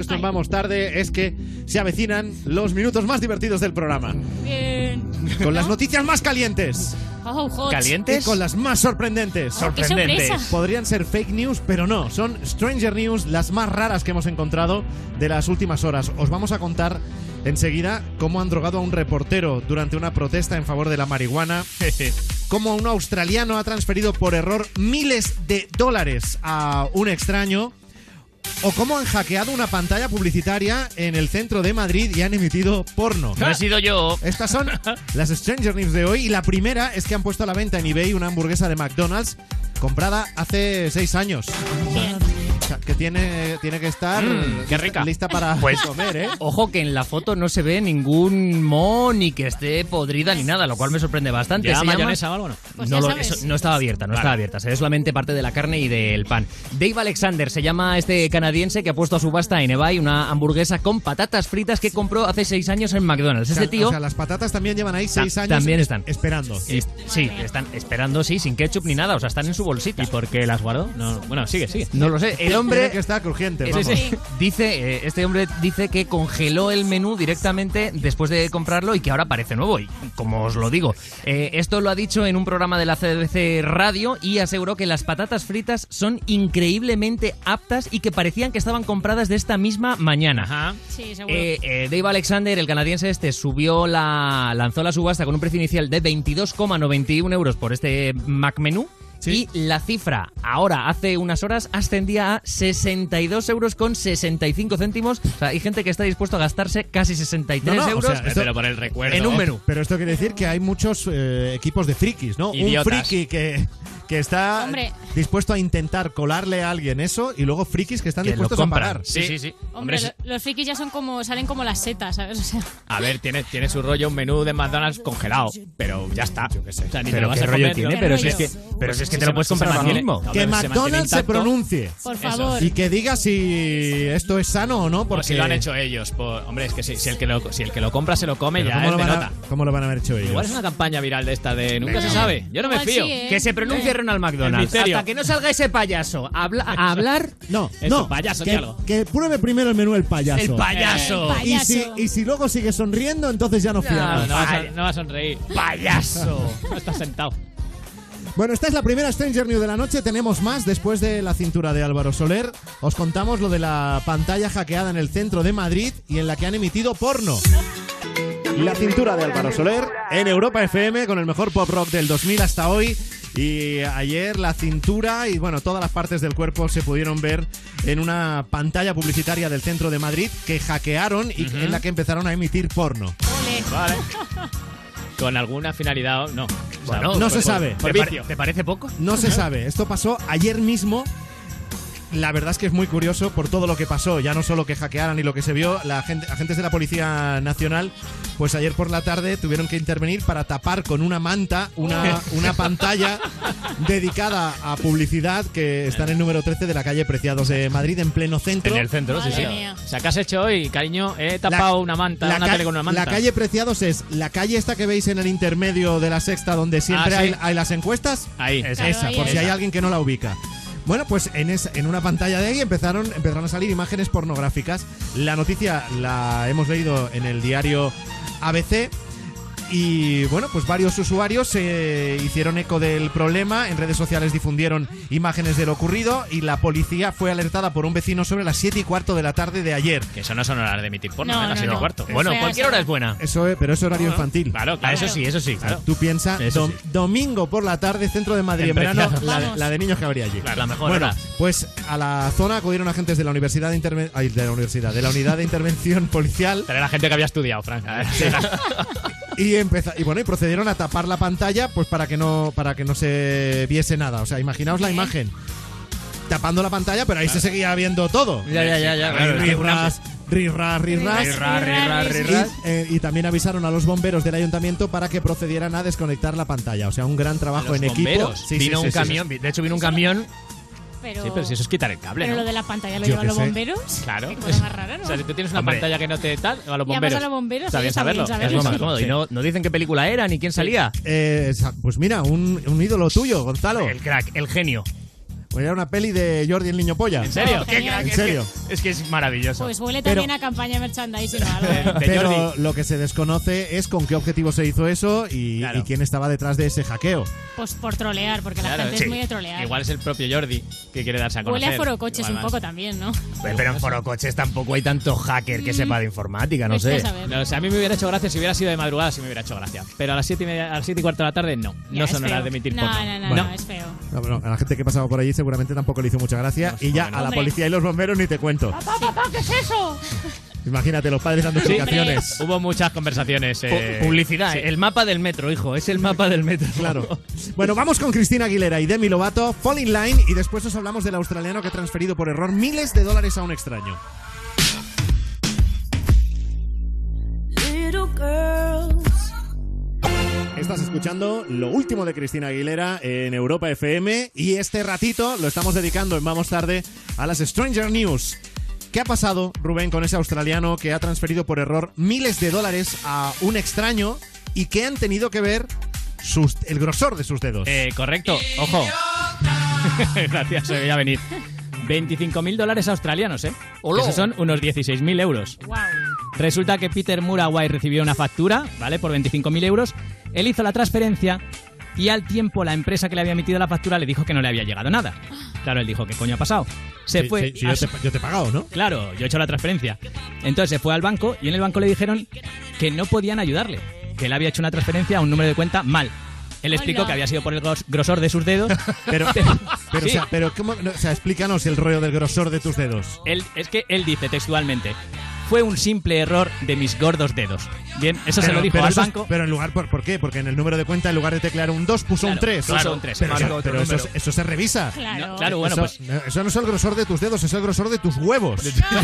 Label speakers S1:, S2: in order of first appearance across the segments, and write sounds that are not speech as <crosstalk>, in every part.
S1: Instagram vamos tarde es que se avecinan los minutos más divertidos del programa.
S2: Bien.
S1: Con las noticias más calientes.
S2: Oh, hot.
S1: Y con las más sorprendentes.
S2: Oh, qué
S3: Sorprendentes.
S2: sorpresa.
S1: Podrían ser fake news, pero no. Son Stranger News, las más raras que hemos encontrado de las últimas horas. Os vamos a contar enseguida cómo han drogado a un reportero durante una protesta en favor de la marihuana. Cómo un australiano ha transferido por error miles de dólares a un extraño. O cómo han hackeado una pantalla publicitaria en el centro de Madrid y han emitido porno.
S3: No he sido yo.
S1: Estas son las Stranger News de hoy y la primera es que han puesto a la venta en eBay una hamburguesa de McDonald's comprada hace seis años.
S2: Bien.
S1: O sea, que tiene, tiene que estar
S3: Mm, qué
S1: lista-
S3: rica.
S1: lista para
S3: <laughs> Pues-
S1: comer, ¿eh?
S3: Ojo que en la foto no se ve ningún mo ni que esté podrida ni nada, lo cual me sorprende bastante.
S4: ¿Lleva
S3: Se llama-
S4: mayonesa o algo no?
S2: Pues
S3: no,
S2: ya
S3: lo-
S2: sabes.
S3: eso- no estaba abierta, no estaba abierta. Se ve solamente parte de la carne y del pan. Dave Alexander se llama este canadiense que ha puesto a subasta en eBay una hamburguesa con patatas fritas que compró hace seis años en McDonald's.
S1: O sea,
S3: Este tío.
S1: o sea, las patatas también llevan ahí seis
S3: Ta-
S1: años
S3: también están.
S1: esperando.
S3: es- sí, están esperando, sí, sin ketchup ni nada. O sea, están en su bolsita.
S4: ¿Y por qué las guardó? No, no. Bueno, sigue, sigue.
S3: No lo sé. El
S1: Tiene
S3: hombre
S1: que está crujiente,
S3: Sí,
S1: vamos.
S3: sí. Dice, eh, este hombre dice que congeló el menú directamente después de comprarlo y que ahora parece nuevo. Y como os lo digo, eh, esto lo ha dicho en un programa de la CBC Radio y aseguró que las patatas fritas son increíblemente aptas y que parecían que estaban compradas de esta misma mañana.
S4: Ajá.
S2: Sí, seguro.
S3: Eh, eh, Dave Alexander, el canadiense este, subió la, lanzó la subasta con un precio inicial de 22,91 euros por este Mac Menú.
S1: Sí.
S3: Y la cifra, ahora, hace unas horas, ascendía a 62 euros con 65 céntimos. O sea, hay gente que está dispuesto a gastarse casi 63
S1: No, no, o
S3: euros
S1: sea, esto-
S4: Pero por el recuerdo. ¿eh?
S3: en un menú.
S1: Pero esto quiere decir que hay muchos eh, equipos de frikis, ¿no?
S4: Idiotas.
S1: Un friki que, que está
S2: Hombre.
S1: dispuesto a intentar colarle a alguien eso y luego frikis que están
S3: Que lo
S1: dispuestos a
S3: compran.
S1: pagar.
S4: Sí, sí, sí.
S2: Hombre,
S4: Hombre,
S2: lo- los frikis ya son como, salen como las setas, ¿sabes? O sea,
S4: a ver, tiene, tiene su rollo un menú de McDonald's congelado, pero ya está. Yo qué sé. O sea, ni te
S3: Pero
S4: lo vas
S3: qué
S4: a
S3: rollo
S4: comer.
S3: tiene,
S4: ¿no? Pues
S3: pero
S2: si es
S3: que- pero si es que te
S4: se
S3: lo
S4: ma- si
S3: puedes
S4: se
S3: comprar ahora
S4: mantiene-
S3: mismo.
S4: no,
S1: Que
S4: pero se mantiene
S1: McDonald's se
S4: intacto.
S1: pronuncie.
S2: por
S4: Eso.
S2: favor.
S1: Y que diga si esto es sano o no,
S4: Por
S1: porque
S4: si lo han hecho ellos. por- hombre, es que si, si el que lo, si el que lo compra se lo come,
S1: Pero
S4: ya
S1: ¿cómo,
S4: es
S1: lo
S4: de
S1: van
S4: nota.
S1: a, cómo lo van a haber hecho ellos?
S4: Igual es una campaña viral de esta de nunca se sabe. Yo no me
S2: Igual
S4: fío.
S2: sí, ¿eh?
S3: Que se pronuncie Ronald
S4: El
S3: McDonald.
S4: misterio.
S3: Hasta que no salga ese payaso a, habla- a hablar
S1: No,
S4: Es
S1: no.
S4: un payaso,
S1: que,
S4: di algo.
S1: que pruebe primero el menú el payaso.
S3: el payaso.
S2: El
S1: Y
S2: payaso.
S1: si, y si luego sigue sonriendo, entonces ya no
S4: No,
S1: fiamos.
S4: Eh, no, va a, son- no va a sonreír.
S3: Payaso.
S4: No está sentado.
S1: Bueno, esta es la primera Stranger News de la noche. Tenemos más después de la cintura de Álvaro Soler. Os contamos lo de la pantalla hackeada en el centro de Madrid y en la que han emitido porno. La cintura de Álvaro Soler en Europa FM con el mejor pop rock del 2000 hasta hoy. Y ayer la cintura y bueno, todas las partes del cuerpo se pudieron ver en una pantalla publicitaria del centro de Madrid que hackearon y en la que empezaron a emitir porno.
S2: Ole.
S4: Vale. <laughs> Con alguna finalidad, o no. O sea,
S3: Bueno,
S4: por-
S1: no se
S4: por-
S1: sabe.
S4: Por
S3: ¿Te par-
S4: vicio.
S3: ¿Te parece poco?
S1: No se sabe. Esto pasó ayer mismo. La verdad es que es muy curioso por todo lo que pasó, ya no solo que hackearan y lo que se vio, la gente, agentes de la Policía Nacional, pues ayer por la tarde tuvieron que intervenir para tapar con una manta una, una pantalla dedicada a publicidad que está en el número 13 de la calle Preciados de Madrid, en pleno centro.
S3: En el centro, sí,
S2: Madre
S3: sí.
S2: mía.
S4: O sea, ¿qué has hecho hoy, cariño? He tapado una manta, una
S1: ca-
S4: tele con una manta.
S1: la calle Preciados es la calle esta que veis en el intermedio de la sexta donde siempre
S4: Ah, sí.
S1: hay- hay las encuestas.
S4: Ahí.
S3: Es-
S2: Claro,
S1: Esa,
S2: ahí
S1: por
S2: es.
S1: si hay alguien que no la ubica. Bueno, pues en, esa- en una pantalla de ahí empezaron, empezaron a salir imágenes pornográficas. La noticia la hemos leído en el diario ABC. Y bueno, pues varios usuarios se hicieron eco del problema, en redes sociales difundieron imágenes de lo ocurrido y la policía fue alertada por un vecino sobre las 7 y cuarto de la tarde de ayer.
S4: Que eso no son horas de emitir porno,
S2: No,
S4: ¿eh?
S2: no,
S4: Las siete y
S2: no.
S4: cuarto.
S2: Fue
S3: Bueno,
S2: a
S3: cualquier
S2: esa
S3: hora
S2: hora.
S3: es buena.
S1: Eso, eh, pero es horario infantil.
S4: Claro,
S3: Ah,
S4: claro.
S3: Eso sí, eso sí.
S4: Claro.
S1: Tú piensas,
S3: Eso sí.
S1: domingo por la tarde, centro de Madrid, en,
S4: En
S1: verano,
S4: Preciados.
S1: la, de-
S2: Vamos.
S1: la de niños que habría allí.
S3: La mejor
S1: bueno,
S3: hora.
S1: pues a la zona acudieron agentes de la universidad de interven- ay, de la universidad, de la unidad de intervención <laughs> policial
S4: Traer a gente que había estudiado, Frank.
S1: y empeza- y bueno, y procedieron a tapar la pantalla pues para que no para que no se viese nada, o sea, imaginaos la imagen. Tapando la pantalla, pero ahí se seguía viendo todo.
S3: Ya, ya, ya, ya. claro.
S1: Rirras, rirras, rirras.
S3: Rirras, rirras,
S2: Rirras.
S3: rirras.
S1: Y, eh, y también avisaron a los bomberos del ayuntamiento para que procedieran a desconectar la pantalla. O sea, un gran trabajo
S4: ¿Los
S1: en equipo.
S4: bomberos?
S1: Sí, sí,
S3: vino
S1: sí,
S3: un
S1: sí,
S3: camión, de hecho vino un camión.
S2: Pero,
S4: Sí, pero si eso es quitar el cable,
S2: pero lo
S4: ¿no?
S2: de la pantalla lo
S1: Yo
S2: llevan
S1: qué
S2: los
S1: sé.
S2: bomberos.
S4: Claro.
S2: Qué cosa más rara, ¿no?
S4: O sea, si tú tienes una
S3: Hombre.
S4: pantalla que no te tal, o a
S2: Llamas
S4: los bomberos.
S2: a los bomberos,
S4: Está
S2: sí,
S4: bien
S2: está bien
S4: saberlo.
S3: Es
S2: saberlo.
S3: lo más cómodo. Y no, no dicen qué película era ni quién salía.
S1: Eh, sa- pues mira, un, un ídolo tuyo, Gonzalo.
S3: El crack, el genio.
S1: Pues era una peli de Jordi el niño polla.
S4: ¿En serio?
S2: No,
S4: Qué
S2: genial.
S4: crack,
S1: ¿En
S4: es que-
S1: serio?
S4: Es que es maravilloso.
S2: Pues huele
S1: Pero-
S2: también a campaña de merchandising o algo, ¿eh?
S4: de
S1: Pero
S4: Jordi.
S1: lo que se desconoce es con qué objetivo se hizo eso y,
S4: Claro.
S1: y quién estaba detrás de ese hackeo.
S2: Pues por trolear, porque la
S4: Claro,
S2: gente
S4: sí.
S2: es muy de trolear.
S4: Igual es el propio Jordi que quiere darse a conocer.
S2: Huele a forocoches
S4: Igual
S2: un
S4: más.
S2: poco también, ¿no?
S3: Pero pero en Forocoches tampoco hay tanto hacker que sepa de informática, no
S2: Vete a
S3: sé.
S2: saber.
S4: No, o sea, a mí me hubiera hecho gracia si hubiera sido de madrugada, si me hubiera hecho gracia. Pero a las 7 y, media- a las siete y cuarto de la tarde, no.
S2: Ya,
S4: no
S2: es
S4: son
S2: feo.
S4: horas de emitir
S2: no,
S4: porno.
S2: no, no,
S1: Bueno.
S2: no, es feo.
S1: No, bueno, a la gente que pasaba por allí seguramente tampoco le hizo mucha gracia.
S4: Pues
S1: y ya a la
S2: Hombre.
S1: policía y los bomberos ni te cuento.
S2: ¿qué es eso?
S1: Imagínate, los padres dando
S4: Sí,
S1: explicaciones.
S4: hubo muchas conversaciones. eh,
S3: Pu- Publicidad,
S4: sí.
S3: el mapa del metro, hijo, es el mapa del metro. <laughs>
S1: Claro. <laughs> Bueno, vamos con Cristina Aguilera y Demi Lovato, Fall in Line, y después os hablamos del australiano que ha transferido por error miles de dólares a un extraño.
S5: Little girls,
S1: Estás escuchando lo último de Cristina Aguilera en Europa FM y este ratito lo estamos dedicando en Vamos Tarde a las Stranger News. ¿Qué ha pasado, Rubén, con ese australiano que ha transferido por error miles de dólares a un extraño y que han tenido que ver sus- el grosor de sus dedos?
S4: Eh, correcto, ojo. <laughs> Gracias, se veía venir. 25.000 dólares australianos, ¿eh?
S3: Oló.
S4: Esos son unos 16.000 euros.
S2: Wow.
S4: Resulta que Peter Murawai recibió una factura, ¿vale? Por 25.000 euros. Él hizo la transferencia y al tiempo la empresa que le había emitido la factura le dijo que no le había llegado nada. Claro, él dijo, ¿qué coño ha pasado? Se fue. a-
S1: yo te he pagado, ¿no?
S4: Claro, yo he hecho la transferencia. Entonces se fue al banco y en el banco le dijeron que no podían ayudarle, que él había hecho una transferencia a un número de cuenta mal. Él explicó
S2: Hola.
S4: que había sido por el gros- grosor de sus
S3: <laughs>
S4: dedos.
S1: Pero, pero,
S4: <laughs> Sí.
S1: o sea, pero ¿cómo? No, o sea, explícanos el rollo del grosor de tus dedos.
S4: Él, es que él dice textualmente, fue un simple error de mis gordos dedos. Bien, eso se lo dijo
S1: pero
S4: al
S1: eso es-
S4: banco.
S1: pero en lugar, por, ¿por qué? Porque en el número de cuenta, en lugar de teclear un 2, puso un
S4: Claro,
S1: 3.
S4: puso Claro, un tres,
S1: Pero,
S4: marca
S1: eso-
S4: otro
S1: pero eso,
S4: número.
S1: se- eso se revisa.
S2: Claro.
S4: No, claro, bueno,
S1: eso,
S4: pues
S1: no, eso no es el grosor de tus dedos, es el grosor de tus
S4: <laughs>
S1: huevos.
S4: <laughs>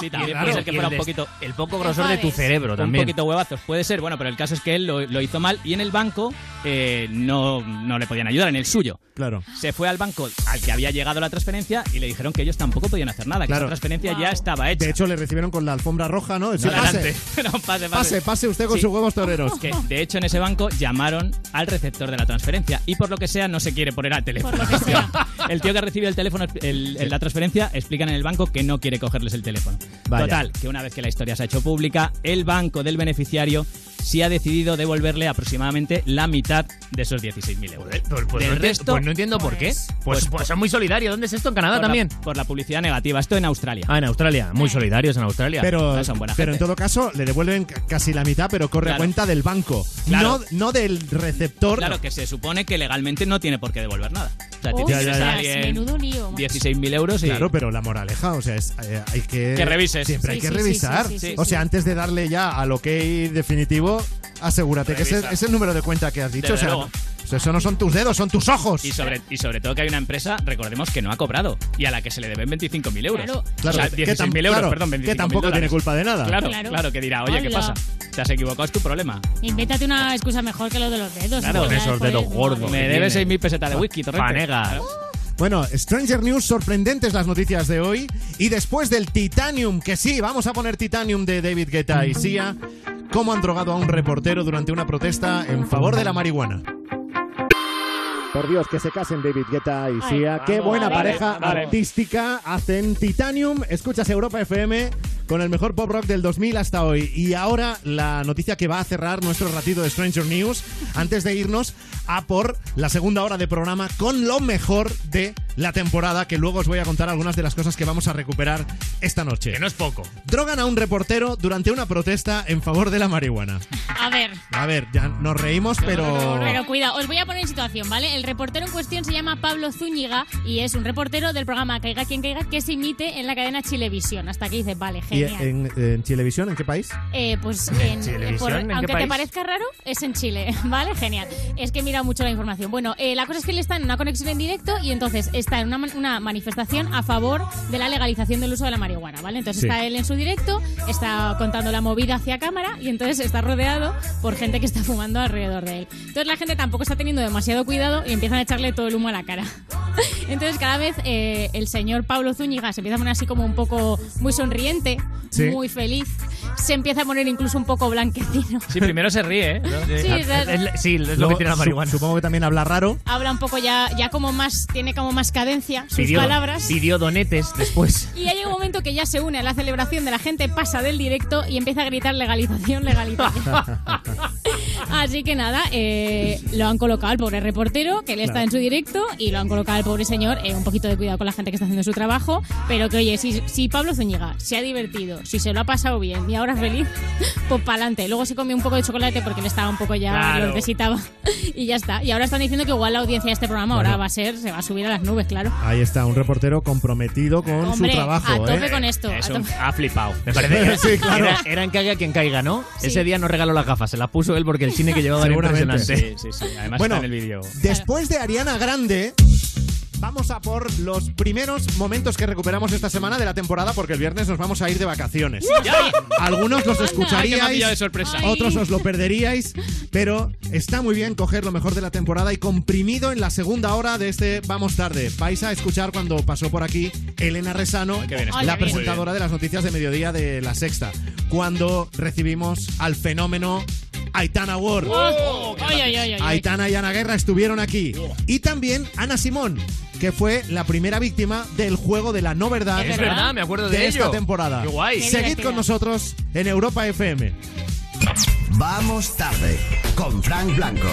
S4: sí, también
S3: Claro,
S4: puede ser que
S3: y
S4: fuera
S3: el
S4: un
S3: des-
S4: poquito,
S3: El poco grosor de tu
S2: Jodes.
S3: cerebro también.
S4: un poquito huevazos. Puede ser, bueno, pero el caso es que él lo, lo hizo mal y en el banco eh, no, no le podían ayudar, en el suyo.
S1: Claro.
S4: se fue al banco al que había llegado la transferencia y le dijeron que ellos tampoco podían hacer nada, que
S1: Claro.
S4: la transferencia
S2: Wow.
S4: ya estaba hecha.
S1: De
S4: <laughs>
S1: hecho, le recibieron con la alfombra roja, ¿no? El sí,
S4: No,
S1: pase,
S4: adelante. No, pase, pase.
S1: pase, pase usted con
S4: Sí.
S1: sus huevos toreros. <laughs>
S4: Que, de hecho, en ese banco llamaron al receptor de la transferencia y por lo que sea no se quiere poner al teléfono.
S2: Por lo que sea.
S4: <laughs> El tío que recibió el teléfono, el- el- la transferencia, explican en el banco que no quiere cogerles el teléfono.
S1: Vaya.
S4: Total, que una vez que la historia se ha hecho pública, el banco del beneficiario sí ha decidido devolverle aproximadamente la mitad de esos 16.000 euros.
S3: Joder, pues, pues
S4: Del
S3: no enti-
S4: resto-
S3: pues no entiendo por qué. Pues, pues,
S4: Pues-
S3: son muy solidarios. ¿Dónde es esto? ¿En Canadá
S4: Por la-
S3: también?
S4: por la publicidad negativa. Esto en Australia.
S3: Ah, en Australia. Muy solidarios en Australia.
S1: Pero,
S4: Ah, son buena
S1: pero en
S4: gente.
S1: todo caso, le devuelven c- casi la mitad, pero corre a
S4: Claro.
S1: cuenta del banco.
S4: Claro.
S1: No, no del receptor.
S4: Claro, que se supone que legalmente no tiene por qué devolver nada. O sea, a ti
S2: Ostras,
S4: te
S1: ya,
S4: debes
S1: ya.
S4: a alguien
S2: menudo lío. macho.
S4: 16.000 euros y...
S1: Claro, pero la moraleja, o sea, es, eh, hay que.
S4: Que revises.
S1: Siempre hay
S2: Sí,
S1: que
S2: sí, sí,
S1: revisar.
S2: sí, sí, sí,
S1: o
S2: sí.
S1: sea, antes de darle ya al ok definitivo, asegúrate que ese
S4: Revisa.
S1: es el número de cuenta que has dicho.
S4: Desde
S1: o sea,
S4: luego.
S1: o sea, eso no son tus dedos, son tus ojos.
S4: Y sobre, y sobre todo que hay una empresa, recordemos, que no ha cobrado y a la que se le deben 25.000 euros.
S2: Claro.
S1: Claro,
S4: o sea,
S1: que
S4: 16.000
S1: tam-
S4: euros,
S1: claro,
S4: perdón, 25.000
S1: Que tampoco tiene
S4: dólares.
S1: culpa de nada.
S4: Claro,
S2: Claro.
S4: claro, que dirá, oye, ¿qué
S2: Hola.
S4: pasa? Te has equivocado, es tu problema.
S2: Invéntate una excusa mejor que lo de los dedos.
S4: Claro,
S2: porque ya
S3: esos
S2: después-
S3: dedos
S1: Pues
S3: gordos.
S4: Me
S3: que
S4: debes
S3: tiene.
S4: 6.000
S1: Ah.
S4: pesetas de whisky, torrente.
S3: Fanegas.
S1: Bueno, Stranger News, sorprendentes las noticias de hoy. Y después del Titanium, que sí, vamos a poner Titanium de David Guetta y Sia, cómo han drogado a un reportero durante una protesta en favor de la marihuana. Por Dios, que se casen David Guetta y
S2: Ay,
S1: Sia. Qué buena
S2: vale,
S1: pareja
S4: vale.
S1: artística hacen Titanium. Escuchas Europa FM con el mejor pop rock del 2000 hasta hoy. Y ahora la noticia que va a cerrar nuestro ratito de Stranger News antes de irnos a por la segunda hora de programa con lo mejor de la temporada que luego os voy a contar algunas de las cosas que vamos a recuperar esta noche.
S3: Que no es poco.
S1: Drogan a un reportero durante una protesta en favor de la marihuana.
S2: A ver.
S1: A ver, ya nos reímos, pero...
S2: Pero cuidado, os voy a poner en situación, ¿vale? El reportero en cuestión se llama Pablo Zúñiga y es un reportero del programa Caiga quien caiga que se emite en la cadena Chilevisión. Hasta que dices, vale,
S1: ¿Y
S2: genial.
S1: en, en Chilevisión? ¿En qué país?
S2: Eh, pues
S3: ¿En
S2: en,
S3: Chilevisión?
S2: por-
S3: ¿En qué
S2: aunque
S3: país?
S2: te parezca raro, es en Chile, <laughs> ¿vale? Genial. Es que mira mucho la información. Bueno, eh, la cosa es que él está en una conexión en directo y entonces está en una, man- una manifestación a favor de la legalización del uso de la marihuana, ¿vale? Entonces
S1: Sí.
S2: está él en su directo, está contando la movida hacia cámara y entonces está rodeado por gente que está fumando alrededor de él. Entonces la gente tampoco está teniendo demasiado cuidado y empiezan a echarle todo el humo a la cara. Entonces cada vez eh, el señor Pablo Zúñiga se empieza a poner así como un poco muy sonriente,
S1: Sí.
S2: muy feliz. se empieza a poner incluso un poco blanquecino.
S4: Sí, primero se
S3: <laughs>
S4: ríe, ¿eh?
S2: Sí,
S3: Es-
S2: es-
S3: es- sí, es lo
S1: Luego,
S3: que tiene la
S1: su-
S3: marihuana.
S1: Supongo que también habla raro.
S2: Habla un poco ya, ya como más, tiene como más cadencia sus
S3: Pidió-
S2: palabras.
S3: Pidió donetes después. <laughs>
S2: Y hay un momento que ya se une a la celebración de la gente, pasa del directo y empieza a gritar legalización, legalización.
S1: <laughs>
S2: Así que nada, eh, lo han colocado al pobre reportero, que él está en su directo, y lo han colocado al pobre señor, eh, un poquito de cuidado con la gente que está haciendo su trabajo, pero que oye, si, si Pablo Zúñiga se ha divertido, si se lo ha pasado bien y ahora es feliz, <laughs> pues pa'lante. Luego se comió un poco de chocolate porque le estaba un poco ya,
S3: Claro.
S2: lo necesitaba, <laughs> y ya está. Y ahora están diciendo que igual la audiencia de este programa ahora
S1: Bueno.
S2: va a ser, se va a subir a las nubes, claro.
S1: Ahí está, un reportero comprometido con
S2: Hombre,
S1: su trabajo.
S2: a tope
S1: ¿eh?
S2: con esto. a
S4: Es un-
S2: tope.
S4: ha flipado.
S3: Me
S1: <laughs>
S3: parece que
S1: Sí, claro.
S3: era, era en caiga quien caiga, ¿no?
S2: Sí.
S3: Ese día no regaló las gafas, se las puso él porque el cine que llevaba era
S1: Seguramente.
S3: impresionante.
S4: Sí, sí, sí. Además
S1: Bueno,
S4: está en el vídeo.
S1: después de Ariana Grande, vamos a por los primeros momentos que recuperamos esta semana de la temporada, porque el viernes nos vamos a ir de vacaciones. Algunos los
S4: Ay, que me ha pillado de
S1: escucharíais,
S4: sorpresa.
S2: Ay.
S1: otros os lo perderíais, pero está muy bien coger lo mejor de la temporada y comprimido en la segunda hora de este Vamos Tarde. Vais a escuchar cuando pasó por aquí Elena Resano,
S4: Ay, qué bien
S2: está.
S1: la
S2: Ay, qué bien.
S1: presentadora de las noticias de mediodía de La Sexta, cuando recibimos al fenómeno Aitana Ward.
S2: Ay, ay, ay, ay, ay.
S1: Aitana y Ana Guerra estuvieron aquí. Y también Ana Simón, que fue la primera víctima del juego de la no verdad,
S3: Es
S2: verdad,
S3: verdad, me acuerdo de,
S1: de
S3: ello.
S1: esta temporada.
S3: Qué guay.
S2: Qué
S1: Seguid
S2: divertida.
S1: con nosotros en Europa FM.
S5: Vamos tarde con Frank Blanco.